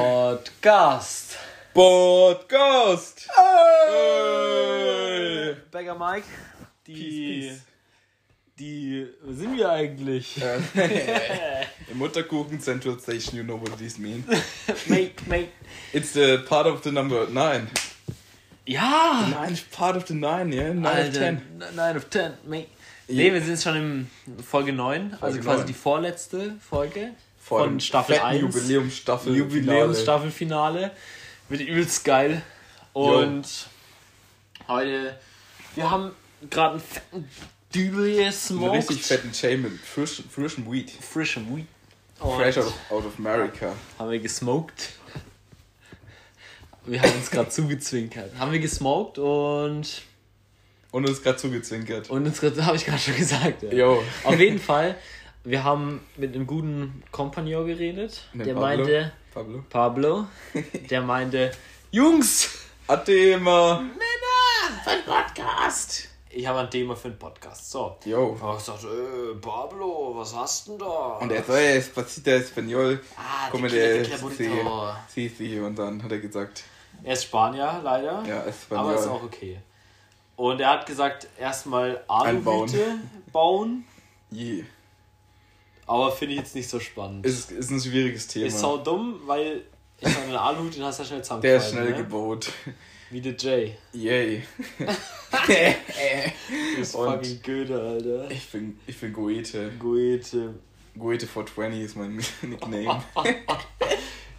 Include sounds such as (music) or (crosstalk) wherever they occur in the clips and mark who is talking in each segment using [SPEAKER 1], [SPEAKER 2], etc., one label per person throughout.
[SPEAKER 1] Podcast.
[SPEAKER 2] Podcast!
[SPEAKER 1] Bagger Mike, die. Die. Wo sind wir eigentlich?
[SPEAKER 2] Äh,
[SPEAKER 1] (laughs)
[SPEAKER 2] Im Mutterkuchen Central Station, you know what this means.
[SPEAKER 1] mate, mate.
[SPEAKER 2] It's the part of the number 9.
[SPEAKER 1] Ja!
[SPEAKER 2] Nine is part of the 9, yeah? 9 of
[SPEAKER 1] Alter,
[SPEAKER 2] 10.
[SPEAKER 1] 9 of 10, mate. Nee, wir sind schon in Folge 9, also
[SPEAKER 2] Folge
[SPEAKER 1] quasi
[SPEAKER 2] neun.
[SPEAKER 1] die vorletzte Folge
[SPEAKER 2] Vor
[SPEAKER 1] von
[SPEAKER 2] dem
[SPEAKER 1] Staffel
[SPEAKER 2] fetten
[SPEAKER 1] 1.
[SPEAKER 2] Jubiläumsstaffel.
[SPEAKER 1] Jubiläumsstaffelfinale. Wird übelst geil. Und heute, wir haben gerade einen fetten Dübel
[SPEAKER 2] Einen
[SPEAKER 1] gesmoked.
[SPEAKER 2] richtig fetten Chain mit frischen, frischen Weed.
[SPEAKER 1] frischen Weed.
[SPEAKER 2] Fresh out
[SPEAKER 1] Und
[SPEAKER 2] of, out of America.
[SPEAKER 1] haben wir gesmoked. Wir haben uns gerade zugezwinkert. Haben wir gesmoked und.
[SPEAKER 2] Und uns gerade zugezwinkert.
[SPEAKER 1] Und uns habe ich gerade schon gesagt. Ja.
[SPEAKER 2] Yo.
[SPEAKER 1] Auf jeden Fall, wir haben mit einem guten Kompagnon geredet.
[SPEAKER 2] Mit
[SPEAKER 1] der
[SPEAKER 2] Ne, Pablo.
[SPEAKER 1] meinte,
[SPEAKER 2] Pablo.
[SPEAKER 1] Pablo, der meinte, Jungs!
[SPEAKER 2] Atema.
[SPEAKER 1] Ein Podcast! Ich habe ein Thema für einen Podcast. So.
[SPEAKER 2] Yo.
[SPEAKER 1] Aber ich sagte, äh, Pablo, was hast denn da?
[SPEAKER 2] Und er so, ey, Espacita Español.
[SPEAKER 1] Ah,
[SPEAKER 2] Komm mit
[SPEAKER 1] tequila,
[SPEAKER 2] der
[SPEAKER 1] tequila bonito.
[SPEAKER 2] Sí, sí. Und dann hat er gesagt,
[SPEAKER 1] Er ist Spanier, leider.
[SPEAKER 2] ja,
[SPEAKER 1] Aber ist auch
[SPEAKER 2] Español.
[SPEAKER 1] okay. Und er hat gesagt, erstmal Aluhüte
[SPEAKER 2] Einbauen.
[SPEAKER 1] bauen.
[SPEAKER 2] Yeah.
[SPEAKER 1] Aber finde ich jetzt nicht so spannend. Ist,
[SPEAKER 2] Ist, ist ein schwieriges Thema.
[SPEAKER 1] sau dumm, weil ich meine, eine Aluhut, den hast du ja schnell
[SPEAKER 2] Der
[SPEAKER 1] zusammengefallen.
[SPEAKER 2] ist schnell
[SPEAKER 1] ne?
[SPEAKER 2] gebaut. (laughs)
[SPEAKER 1] Wie der Jay.
[SPEAKER 2] Yay.
[SPEAKER 1] Das ist
[SPEAKER 2] Und-
[SPEAKER 1] fucking Goethe, Alter.
[SPEAKER 2] Ich bin, ich bin Goethe.
[SPEAKER 1] Goethe.
[SPEAKER 2] Goethe 420 ist mein (laughs)
[SPEAKER 1] (laughs)
[SPEAKER 2] Nickname.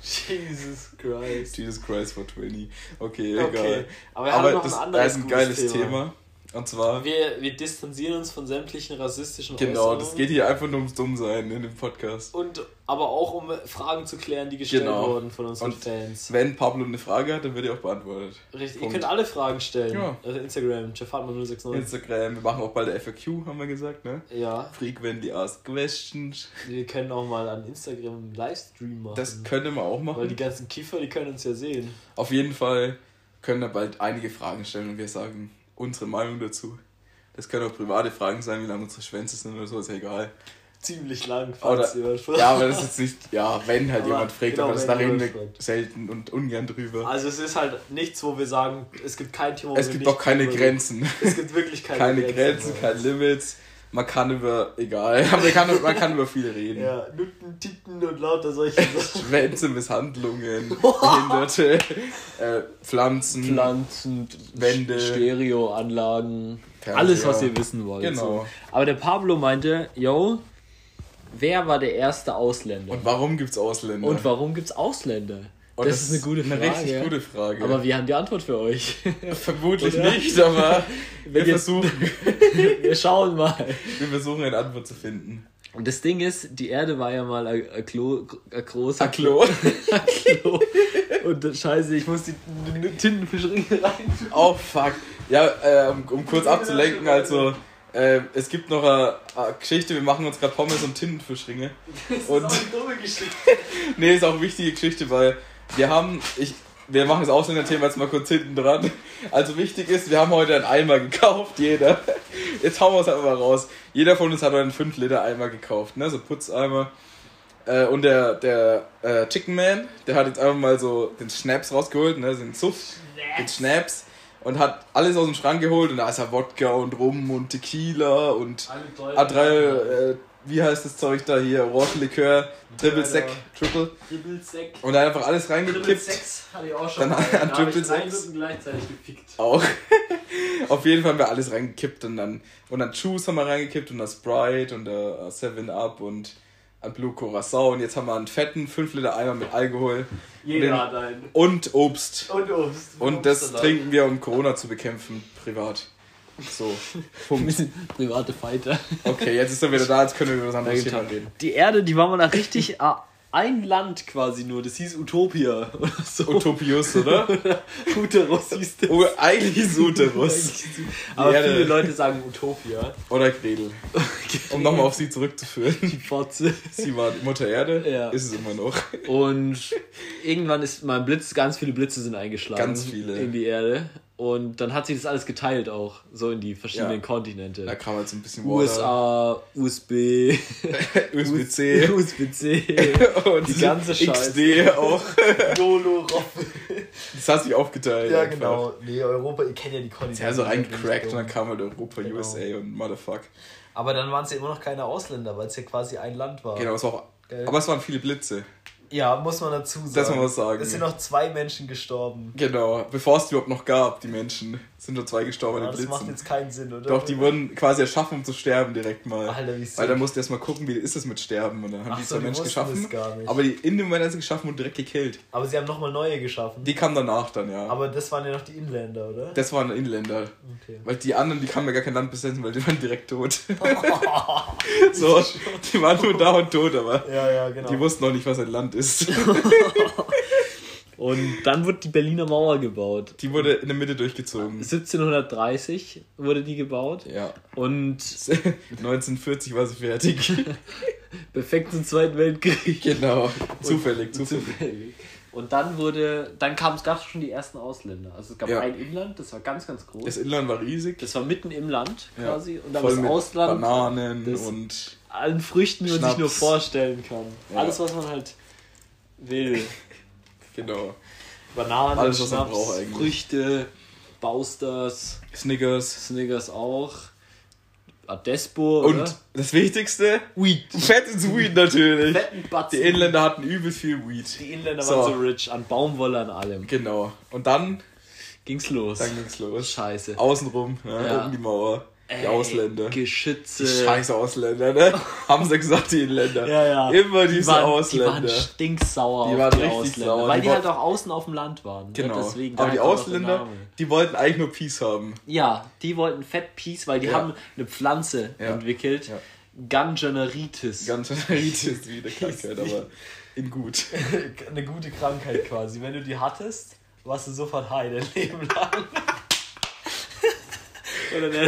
[SPEAKER 1] Jesus Christ.
[SPEAKER 2] Jesus Christ 420. Okay, egal.
[SPEAKER 1] Okay, aber wir haben
[SPEAKER 2] Aber
[SPEAKER 1] noch
[SPEAKER 2] das,
[SPEAKER 1] ein anderes
[SPEAKER 2] das ist ein
[SPEAKER 1] gutes
[SPEAKER 2] geiles Thema.
[SPEAKER 1] Thema.
[SPEAKER 2] Und zwar,
[SPEAKER 1] Wir, wir distanzieren uns von sämtlichen rassistischen
[SPEAKER 2] genau,
[SPEAKER 1] Äußerungen.
[SPEAKER 2] das geht hier einfach nur ums Dummsein in dem Podcast.
[SPEAKER 1] Und aber auch um Fragen zu klären, die gestellt
[SPEAKER 2] Genau.
[SPEAKER 1] wurden von unseren
[SPEAKER 2] Und-
[SPEAKER 1] Fans.
[SPEAKER 2] Wenn Pablo eine Frage hat, dann wird die auch beantwortet.
[SPEAKER 1] Richtig, ihr
[SPEAKER 2] Punkt.
[SPEAKER 1] könnt alle Fragen stellen.
[SPEAKER 2] Ja.
[SPEAKER 1] Also Instagram, Jeffhartmann069.
[SPEAKER 2] Instagram, wir machen auch bald der FAQ, haben wir gesagt, ne?
[SPEAKER 1] Ja,
[SPEAKER 2] Frequently Asked Questions.
[SPEAKER 1] wir können auch mal an Instagram einen Livestream machen.
[SPEAKER 2] Das könnte man auch
[SPEAKER 1] Mhm. weil die
[SPEAKER 2] machen.
[SPEAKER 1] ganzen Kiefer, die können uns ja sehen.
[SPEAKER 2] Auf jeden Fall können da bald einige Fragen stellen und wir sagen unsere Meinung dazu. Das können auch private Fragen sein, wie lang unsere Schwänze sind oder so, ist ja egal.
[SPEAKER 1] Ziemlich lang, falls
[SPEAKER 2] Oder-
[SPEAKER 1] jemand fragt.
[SPEAKER 2] Ja, aber das ist nicht, ja, wenn halt
[SPEAKER 1] Aber
[SPEAKER 2] jemand fragt,
[SPEAKER 1] genau,
[SPEAKER 2] aber das
[SPEAKER 1] wenn
[SPEAKER 2] da reden
[SPEAKER 1] jemand
[SPEAKER 2] wir
[SPEAKER 1] fragt.
[SPEAKER 2] selten und ungern drüber.
[SPEAKER 1] (laughs) Also es ist halt nichts, wo wir sagen, es gibt kein Thema, wo
[SPEAKER 2] Es
[SPEAKER 1] wir
[SPEAKER 2] gibt
[SPEAKER 1] Also nicht
[SPEAKER 2] auch keine
[SPEAKER 1] drüber
[SPEAKER 2] Grenzen. (laughs)
[SPEAKER 1] reden. Es gibt wirklich keine,
[SPEAKER 2] Keine Grenzen,
[SPEAKER 1] Alter.
[SPEAKER 2] keine Limits. Man kann über, egal, (laughs) man kann, man kann über viel reden.
[SPEAKER 1] Ja, Nutten, Titten und lauter
[SPEAKER 2] (laughs)
[SPEAKER 1] solche Sachen. (laughs)
[SPEAKER 2] Schwänze, Misshandlungen, Behinderte, äh, Pflanzen,
[SPEAKER 1] Pflanzen,
[SPEAKER 2] Wände.
[SPEAKER 1] Stereoanlagen,
[SPEAKER 2] Fernseher.
[SPEAKER 1] alles, was ihr wissen wollt.
[SPEAKER 2] Genau.
[SPEAKER 1] So. Aber der Pablo meinte, yo, wer war der erste Ausländer?
[SPEAKER 2] Und
[SPEAKER 1] Und,
[SPEAKER 2] warum gibt's Ausländer?
[SPEAKER 1] warum gibt's Ausländer?
[SPEAKER 2] Und
[SPEAKER 1] das, ist eine gute Frage.
[SPEAKER 2] Eine richtig gute Frage.
[SPEAKER 1] Aber wir haben die Antwort für euch.
[SPEAKER 2] Vermutlich
[SPEAKER 1] Oder? (laughs)
[SPEAKER 2] nicht, aber wir
[SPEAKER 1] Wenn jetzt-
[SPEAKER 2] versuchen,
[SPEAKER 1] wir schauen mal.
[SPEAKER 2] wir versuchen eine Antwort zu finden.
[SPEAKER 1] Und das Ding ist, die Erde war ja mal ein ein Klo, ein großer
[SPEAKER 2] Taklo.
[SPEAKER 1] Klo. Und das- scheiße, ich muss die Tintenfischringe rein.
[SPEAKER 2] (laughs) Oh fuck. Ja, äh, um, um kurz abzulenken, also äh, es gibt noch eine, eine Geschichte, wir machen uns gerade Pommes und Tintenfischringe. Und
[SPEAKER 1] Das ist eine dumme Geschichte.
[SPEAKER 2] nee, ist auch eine wichtige Geschichte, weil wir haben, ich, wir machen das Ausländerthema jetzt mal kurz hinten dran. Also wichtig ist, wir haben heute einen Eimer gekauft, jeder. Jetzt hauen wir es einfach mal raus. Jeder von uns hat einen 5 Liter Eimer gekauft, ne, so Putzeimer. Äh, und der, der äh, Chicken Man, der hat jetzt einfach mal so den Schnaps rausgeholt, ne, den Suff, den Schnaps. Und hat alles aus dem Schrank geholt und da ist ja Wodka und Rum und Tequila und A3, äh, wie heißt das Zeug da hier? Orangenlikör, Triple Sec, Triple.
[SPEAKER 1] Dribbelsack.
[SPEAKER 2] Und dann einfach alles reingekippt.
[SPEAKER 1] Dribbelsex hatte ich auch schon.
[SPEAKER 2] Dann
[SPEAKER 1] mal.
[SPEAKER 2] an
[SPEAKER 1] Da hab ich
[SPEAKER 2] Dribbelsex.
[SPEAKER 1] drei Minuten gleichzeitig gepickt.
[SPEAKER 2] Auch. (laughs) Auf jeden Fall haben wir alles reingekippt und dann, und dann Juice haben wir reingekippt und dann Sprite und äh, Seven Up und ein Blue Curacao und jetzt haben wir einen fetten 5 Liter Eimer mit Alkohol
[SPEAKER 1] Jeder
[SPEAKER 2] Den-
[SPEAKER 1] hat einen.
[SPEAKER 2] und Obst.
[SPEAKER 1] Und Obst.
[SPEAKER 2] Und das trinken wir, um Corona zu bekämpfen, privat. So, Punkt.
[SPEAKER 1] private Fighter.
[SPEAKER 2] Okay, jetzt ist er wieder da, jetzt können wir über das andere Thema reden.
[SPEAKER 1] Die Erde, die war mal nach richtig ah, ein Land quasi nur. Das hieß Utopia oder so.
[SPEAKER 2] Utopius, oder?
[SPEAKER 1] (laughs) Uterus hieß das.
[SPEAKER 2] Oh, eigentlich ist Uterus.
[SPEAKER 1] Aber
[SPEAKER 2] Erde.
[SPEAKER 1] viele Leute sagen Utopia.
[SPEAKER 2] Oder Gretel. Um nochmal auf sie zurückzuführen.
[SPEAKER 1] Die (laughs) Fotze.
[SPEAKER 2] Sie war die Mutter Erde,
[SPEAKER 1] Ja.
[SPEAKER 2] ist es immer noch.
[SPEAKER 1] Und irgendwann ist mein Blitz, ganz viele Blitze sind eingeschlagen.
[SPEAKER 2] Ganz viele.
[SPEAKER 1] In die Erde. Und dann hat sich das alles geteilt auch, so in die verschiedenen
[SPEAKER 2] Ja.
[SPEAKER 1] Kontinente.
[SPEAKER 2] Da kam jetzt ein bisschen
[SPEAKER 1] USA, USB, (laughs)
[SPEAKER 2] USB-C
[SPEAKER 1] USB-C,
[SPEAKER 2] (laughs) und
[SPEAKER 1] Die ganze
[SPEAKER 2] XD auch.
[SPEAKER 1] YOLO,
[SPEAKER 2] Das hat sich aufgeteilt.
[SPEAKER 3] Ja,
[SPEAKER 2] einfach.
[SPEAKER 3] genau. Nee, Europa, ihr kennt ja die
[SPEAKER 2] Sie
[SPEAKER 3] Kontinente.
[SPEAKER 2] haben so
[SPEAKER 3] Nicht
[SPEAKER 2] reingecrackt und
[SPEAKER 3] so.
[SPEAKER 2] dann kam halt Europa,
[SPEAKER 3] Genau.
[SPEAKER 2] USA und Motherfuck.
[SPEAKER 3] Aber dann waren es ja immer noch keine Ausländer, weil es ja quasi ein Land war.
[SPEAKER 2] Genau, es war auch,
[SPEAKER 3] Geil.
[SPEAKER 2] aber es waren viele Blitze.
[SPEAKER 3] Ja, muss man dazu sagen.
[SPEAKER 2] Das muss man sagen.
[SPEAKER 3] Es sind noch zwei Menschen gestorben.
[SPEAKER 2] Genau, bevor es die überhaupt noch gab, die Menschen, sind nur zwei gestorben
[SPEAKER 3] Ja,
[SPEAKER 2] an
[SPEAKER 3] das
[SPEAKER 2] den
[SPEAKER 3] macht
[SPEAKER 2] Blitzen.
[SPEAKER 3] jetzt keinen Sinn, oder?
[SPEAKER 2] Doch, die wurden quasi erschaffen, um zu sterben direkt mal.
[SPEAKER 3] Alter, wie sick.
[SPEAKER 2] Weil dann mussten die erstmal gucken, wie ist es mit Sterben. Und dann haben
[SPEAKER 3] Ach
[SPEAKER 2] die
[SPEAKER 3] so,
[SPEAKER 2] zwei
[SPEAKER 3] die
[SPEAKER 2] Menschen
[SPEAKER 3] wussten
[SPEAKER 2] geschaffen.
[SPEAKER 3] das gar nicht.
[SPEAKER 2] Aber die in dem Moment haben sie geschaffen und direkt gekillt.
[SPEAKER 3] Aber sie haben nochmal neue geschaffen.
[SPEAKER 2] Die kamen danach dann, ja.
[SPEAKER 3] Aber das waren ja noch die Inländer, oder?
[SPEAKER 2] das waren Inländer.
[SPEAKER 3] Okay.
[SPEAKER 2] Weil die anderen, die kamen ja gar kein Land besetzen, weil die waren direkt tot.
[SPEAKER 1] (laughs)
[SPEAKER 2] (laughs) so, die waren nur da und tot, aber
[SPEAKER 3] Ja, ja, genau.
[SPEAKER 2] die wussten noch nicht, was ein Land ist.
[SPEAKER 1] (laughs) Und dann wurde die Berliner Mauer gebaut.
[SPEAKER 2] Die wurde in der Mitte durchgezogen.
[SPEAKER 1] 1730 wurde die gebaut
[SPEAKER 2] Ja. (laughs)
[SPEAKER 1] und
[SPEAKER 2] 1940 war sie
[SPEAKER 1] (laughs)
[SPEAKER 2] fertig.
[SPEAKER 1] perfekt zum Zweiten Weltkrieg.
[SPEAKER 2] (laughs) genau. Zufällig, zufällig.
[SPEAKER 1] Zufällig. Und dann wurde, dann kam es gab es schon die ersten Ausländer. Also es gab
[SPEAKER 2] Ja.
[SPEAKER 1] ein Inland, das war ganz, ganz groß.
[SPEAKER 2] Das Inland war riesig.
[SPEAKER 1] das war mitten im Land
[SPEAKER 2] Ja.
[SPEAKER 1] quasi und dann
[SPEAKER 2] Voll
[SPEAKER 1] das
[SPEAKER 2] mit
[SPEAKER 1] Ausland
[SPEAKER 2] Bananen
[SPEAKER 1] das-
[SPEAKER 2] und
[SPEAKER 1] allen Früchten, die man sich
[SPEAKER 2] Schnaps.
[SPEAKER 1] nur vorstellen kann.
[SPEAKER 2] Ja.
[SPEAKER 1] Alles, was man halt
[SPEAKER 2] (laughs)
[SPEAKER 1] will.
[SPEAKER 2] genau.
[SPEAKER 1] Bananen,
[SPEAKER 2] Alles, was man
[SPEAKER 1] Schnaps,
[SPEAKER 2] braucht eigentlich.
[SPEAKER 1] Früchte, Bausters,
[SPEAKER 2] Snickers.
[SPEAKER 1] Snickers auch, Adespo
[SPEAKER 2] Und
[SPEAKER 1] oder?
[SPEAKER 2] das Wichtigste,
[SPEAKER 1] Weed.
[SPEAKER 2] fettes Weed natürlich.
[SPEAKER 1] Fetten Batzen.
[SPEAKER 2] Die Inländer hatten übel viel Weed.
[SPEAKER 1] Die Inländer
[SPEAKER 2] So.
[SPEAKER 1] waren so rich, an Baumwolle, an allem.
[SPEAKER 2] Genau. Und dann,
[SPEAKER 1] Ging's los.
[SPEAKER 2] dann ging's los.
[SPEAKER 1] Scheiße.
[SPEAKER 2] Außenrum, ne?
[SPEAKER 1] Ja.
[SPEAKER 2] um die Mauer. Die
[SPEAKER 1] Ey,
[SPEAKER 2] Ausländer.
[SPEAKER 1] Geschütze.
[SPEAKER 2] Die scheiß Ausländer, ne?
[SPEAKER 1] (laughs)
[SPEAKER 2] Haben sie gesagt, die Inländer.
[SPEAKER 1] Ja, ja.
[SPEAKER 2] Immer diese
[SPEAKER 1] Die waren,
[SPEAKER 2] Ausländer.
[SPEAKER 1] Die waren stinksauer
[SPEAKER 2] Die
[SPEAKER 1] auf
[SPEAKER 2] waren
[SPEAKER 1] die
[SPEAKER 2] richtig
[SPEAKER 1] Ausländer.
[SPEAKER 2] sauer.
[SPEAKER 1] Weil
[SPEAKER 2] Die
[SPEAKER 1] die,
[SPEAKER 2] wa-
[SPEAKER 1] halt auch außen auf dem Land waren.
[SPEAKER 2] Genau.
[SPEAKER 1] Und deswegen
[SPEAKER 2] Aber die
[SPEAKER 1] daher kommt auch der
[SPEAKER 2] Ausländer,
[SPEAKER 1] Name.
[SPEAKER 2] die wollten eigentlich nur Peace haben.
[SPEAKER 1] Ja, die wollten Fat Peas, weil die
[SPEAKER 2] Ja.
[SPEAKER 1] haben eine Pflanze
[SPEAKER 2] Ja.
[SPEAKER 1] entwickelt.
[SPEAKER 2] Ja.
[SPEAKER 1] Ganjaneritis. (laughs)
[SPEAKER 2] Ganz ist wieder Krankheit, aber in gut. (laughs)
[SPEAKER 3] Eine gute Krankheit quasi. Wenn du die hattest, warst du sofort high dein Leben lang.
[SPEAKER 1] (laughs) Oder ne?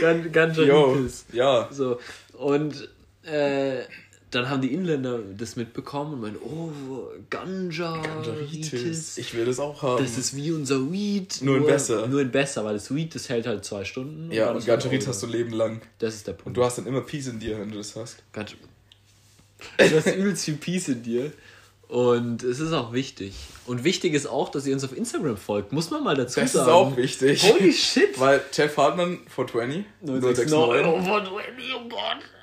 [SPEAKER 1] Gan
[SPEAKER 2] Yo,
[SPEAKER 1] Ganjaneritis.
[SPEAKER 2] ja.
[SPEAKER 1] So. Und äh, dann haben die Inländer das mitbekommen und meinen, oh, Ganjaneritis.
[SPEAKER 2] Ich will das auch haben.
[SPEAKER 1] Das ist wie unser Weed.
[SPEAKER 2] Nur in besser.
[SPEAKER 1] Nur in besser, weil das Weed, das hält halt zwei Stunden.
[SPEAKER 2] ja,
[SPEAKER 1] dann
[SPEAKER 2] und
[SPEAKER 1] ist man
[SPEAKER 2] Ganjarit
[SPEAKER 1] auch-
[SPEAKER 2] hast du Leben lang.
[SPEAKER 1] Das ist der Punkt.
[SPEAKER 2] Du hast dann immer Peace in dir, wenn du das hast.
[SPEAKER 1] Ganz- Du hast (laughs) übelst viel Peace in dir. Und es ist auch wichtig. Und wichtig ist auch, dass ihr uns auf Instagram folgt. Muss man mal dazu
[SPEAKER 2] Das ist
[SPEAKER 1] sagen.
[SPEAKER 2] auch wichtig.
[SPEAKER 1] Holy shit!
[SPEAKER 2] Weil Jeff Hartmann, 420,
[SPEAKER 1] 069.
[SPEAKER 2] 069.
[SPEAKER 1] Oh, Mann, oh Gott.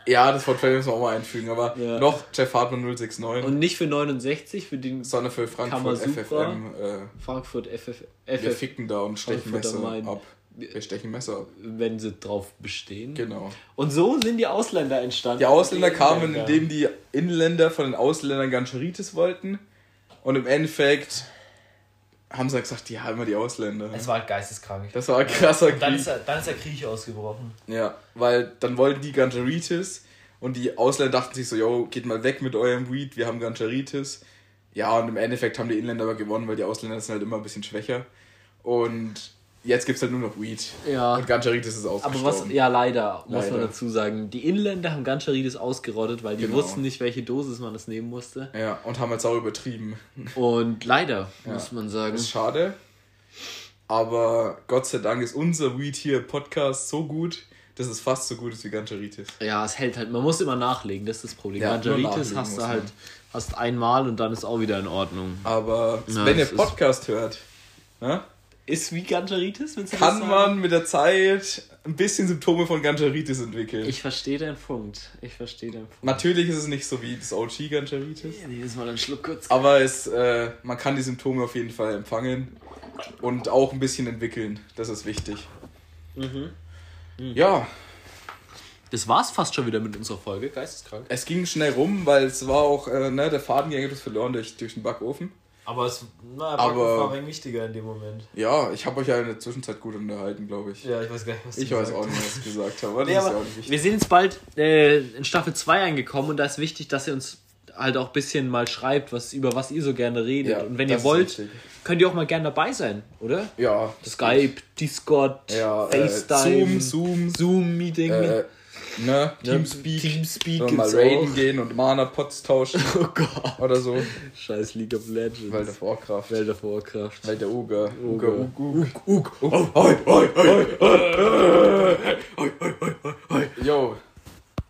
[SPEAKER 2] Ja, das 420 müssen wir auch mal einfügen, aber
[SPEAKER 1] Ja.
[SPEAKER 2] noch Jeff Hartmann 069.
[SPEAKER 1] Und nicht für 69, für den
[SPEAKER 2] sondern für Frankfurt
[SPEAKER 1] Kamasutra.
[SPEAKER 2] FFM. Äh,
[SPEAKER 1] Frankfurt FF,
[SPEAKER 2] wir
[SPEAKER 1] FF
[SPEAKER 2] ficken da und stechen
[SPEAKER 1] Frankfurt am
[SPEAKER 2] Messer
[SPEAKER 1] Main.
[SPEAKER 2] ab. Wir stechen Messer ab.
[SPEAKER 1] wenn sie drauf bestehen.
[SPEAKER 2] Genau.
[SPEAKER 1] Und so sind die Ausländer entstanden.
[SPEAKER 2] Die Ausländer kamen,
[SPEAKER 1] Inländer.
[SPEAKER 2] indem die Inländer von den Ausländern Ganscheritis wollten. Und im Endeffekt haben sie dann gesagt, die haben wir die Ausländer.
[SPEAKER 3] Es war halt geisteskrank.
[SPEAKER 2] Das war ein krasser
[SPEAKER 3] Dann ist,
[SPEAKER 2] Krieg.
[SPEAKER 3] er- dann ist der Krieg ausgebrochen.
[SPEAKER 2] Ja, weil dann wollten die Ganscheritis und die Ausländer dachten sich so, yo, geht mal weg mit eurem Weed, wir haben Ganscheritis. Ja, und im Endeffekt haben die Inländer aber gewonnen, weil die Ausländer sind halt immer ein bisschen schwächer. Und jetzt gibt's halt nur noch Weed.
[SPEAKER 1] Ja.
[SPEAKER 2] Und Ganscheritis ist
[SPEAKER 1] Aber
[SPEAKER 2] ausgestorben.
[SPEAKER 1] was, ja, leider, muss man
[SPEAKER 2] Leider.
[SPEAKER 1] dazu sagen. Die Inländer haben Ganscheritis ausgerottet, weil die
[SPEAKER 2] Genau.
[SPEAKER 1] wussten nicht, welche Dosis man das nehmen musste.
[SPEAKER 2] ja, und haben halt sau übertrieben.
[SPEAKER 1] Und leider, muss man sagen.
[SPEAKER 2] Das ist schade. Aber Gott sei Dank ist unser Weed hier Podcast so gut, dass es fast so gut ist wie Ganscheritis.
[SPEAKER 1] Ja, es hält halt. Man muss immer nachlegen, das ist das Problem.
[SPEAKER 2] Ja, nur
[SPEAKER 1] Ganjaritis
[SPEAKER 2] nachlegen
[SPEAKER 1] hast
[SPEAKER 2] muss
[SPEAKER 1] du halt
[SPEAKER 2] man.
[SPEAKER 1] hast einmal und dann ist auch wieder in Ordnung.
[SPEAKER 2] Aber
[SPEAKER 1] Ja,
[SPEAKER 2] wenn ihr
[SPEAKER 1] es ist-
[SPEAKER 2] Podcast hört, ne,
[SPEAKER 1] Ist wie Ganjaritis, wenn
[SPEAKER 2] kann man mit der Zeit ein bisschen Symptome von Ganscheritis entwickeln.
[SPEAKER 1] Ich verstehe deinen Punkt. Ich verstehe deinen Punkt.
[SPEAKER 2] Natürlich ist es nicht so wie das OG Ganscheritis,
[SPEAKER 1] Jedes Mal einen Schluck kurz.
[SPEAKER 2] aber es, äh, man kann die Symptome auf jeden Fall empfangen und auch ein bisschen entwickeln. Das ist wichtig.
[SPEAKER 1] Mhm.
[SPEAKER 2] Ja,
[SPEAKER 1] Das war's fast schon wieder mit unserer Folge. Geisteskrank.
[SPEAKER 2] es ging schnell rum, weil es war auch, äh, ne, der Faden ging etwas verloren durch, durch den Backofen.
[SPEAKER 3] Aber es na,
[SPEAKER 2] Aber-
[SPEAKER 3] Backen war ein wenig wichtiger in dem Moment.
[SPEAKER 2] Ja, ich habe euch ja in der Zwischenzeit gut unterhalten, glaube ich.
[SPEAKER 3] Ja, ich weiß gar nicht, was du
[SPEAKER 2] ich weiß
[SPEAKER 3] gesagt
[SPEAKER 2] auch nicht, was ich gesagt habe. aber Das
[SPEAKER 3] Nee,
[SPEAKER 2] ist ja
[SPEAKER 3] aber
[SPEAKER 2] auch nicht wichtig.
[SPEAKER 1] Wir sind jetzt bald äh, in Staffel 2 angekommen und da ist wichtig, dass ihr uns halt auch ein bisschen mal schreibt, was, über was ihr so gerne redet.
[SPEAKER 2] Ja,
[SPEAKER 1] und wenn
[SPEAKER 2] das
[SPEAKER 1] ihr
[SPEAKER 2] ist
[SPEAKER 1] wollt,
[SPEAKER 2] wichtig.
[SPEAKER 1] könnt ihr auch mal gerne dabei sein, oder?
[SPEAKER 2] Ja.
[SPEAKER 1] Skype, Discord,
[SPEAKER 2] Ja, äh,
[SPEAKER 1] FaceTime,
[SPEAKER 2] Zoom, Zoom,
[SPEAKER 1] Zoom-Meeting.
[SPEAKER 2] Äh, Ne?
[SPEAKER 1] Teamspeak. Teamspeak
[SPEAKER 2] Sollen wir mal
[SPEAKER 1] gibt's
[SPEAKER 2] raiden
[SPEAKER 1] auch.
[SPEAKER 2] gehen und Mana-Pots tauschen
[SPEAKER 1] Oh Gott.
[SPEAKER 2] oder so.
[SPEAKER 1] Scheiß League of
[SPEAKER 2] Weil der
[SPEAKER 1] Legends.
[SPEAKER 2] Warcraft.
[SPEAKER 1] Welt of Warcraft.
[SPEAKER 2] Weil der Uga. Uga,
[SPEAKER 1] Uga.
[SPEAKER 2] Uga, Uga.
[SPEAKER 1] Uk, uk.
[SPEAKER 2] Oi, oi, oi, oi, oi, oi, oi, oi, oi, oi. Yo,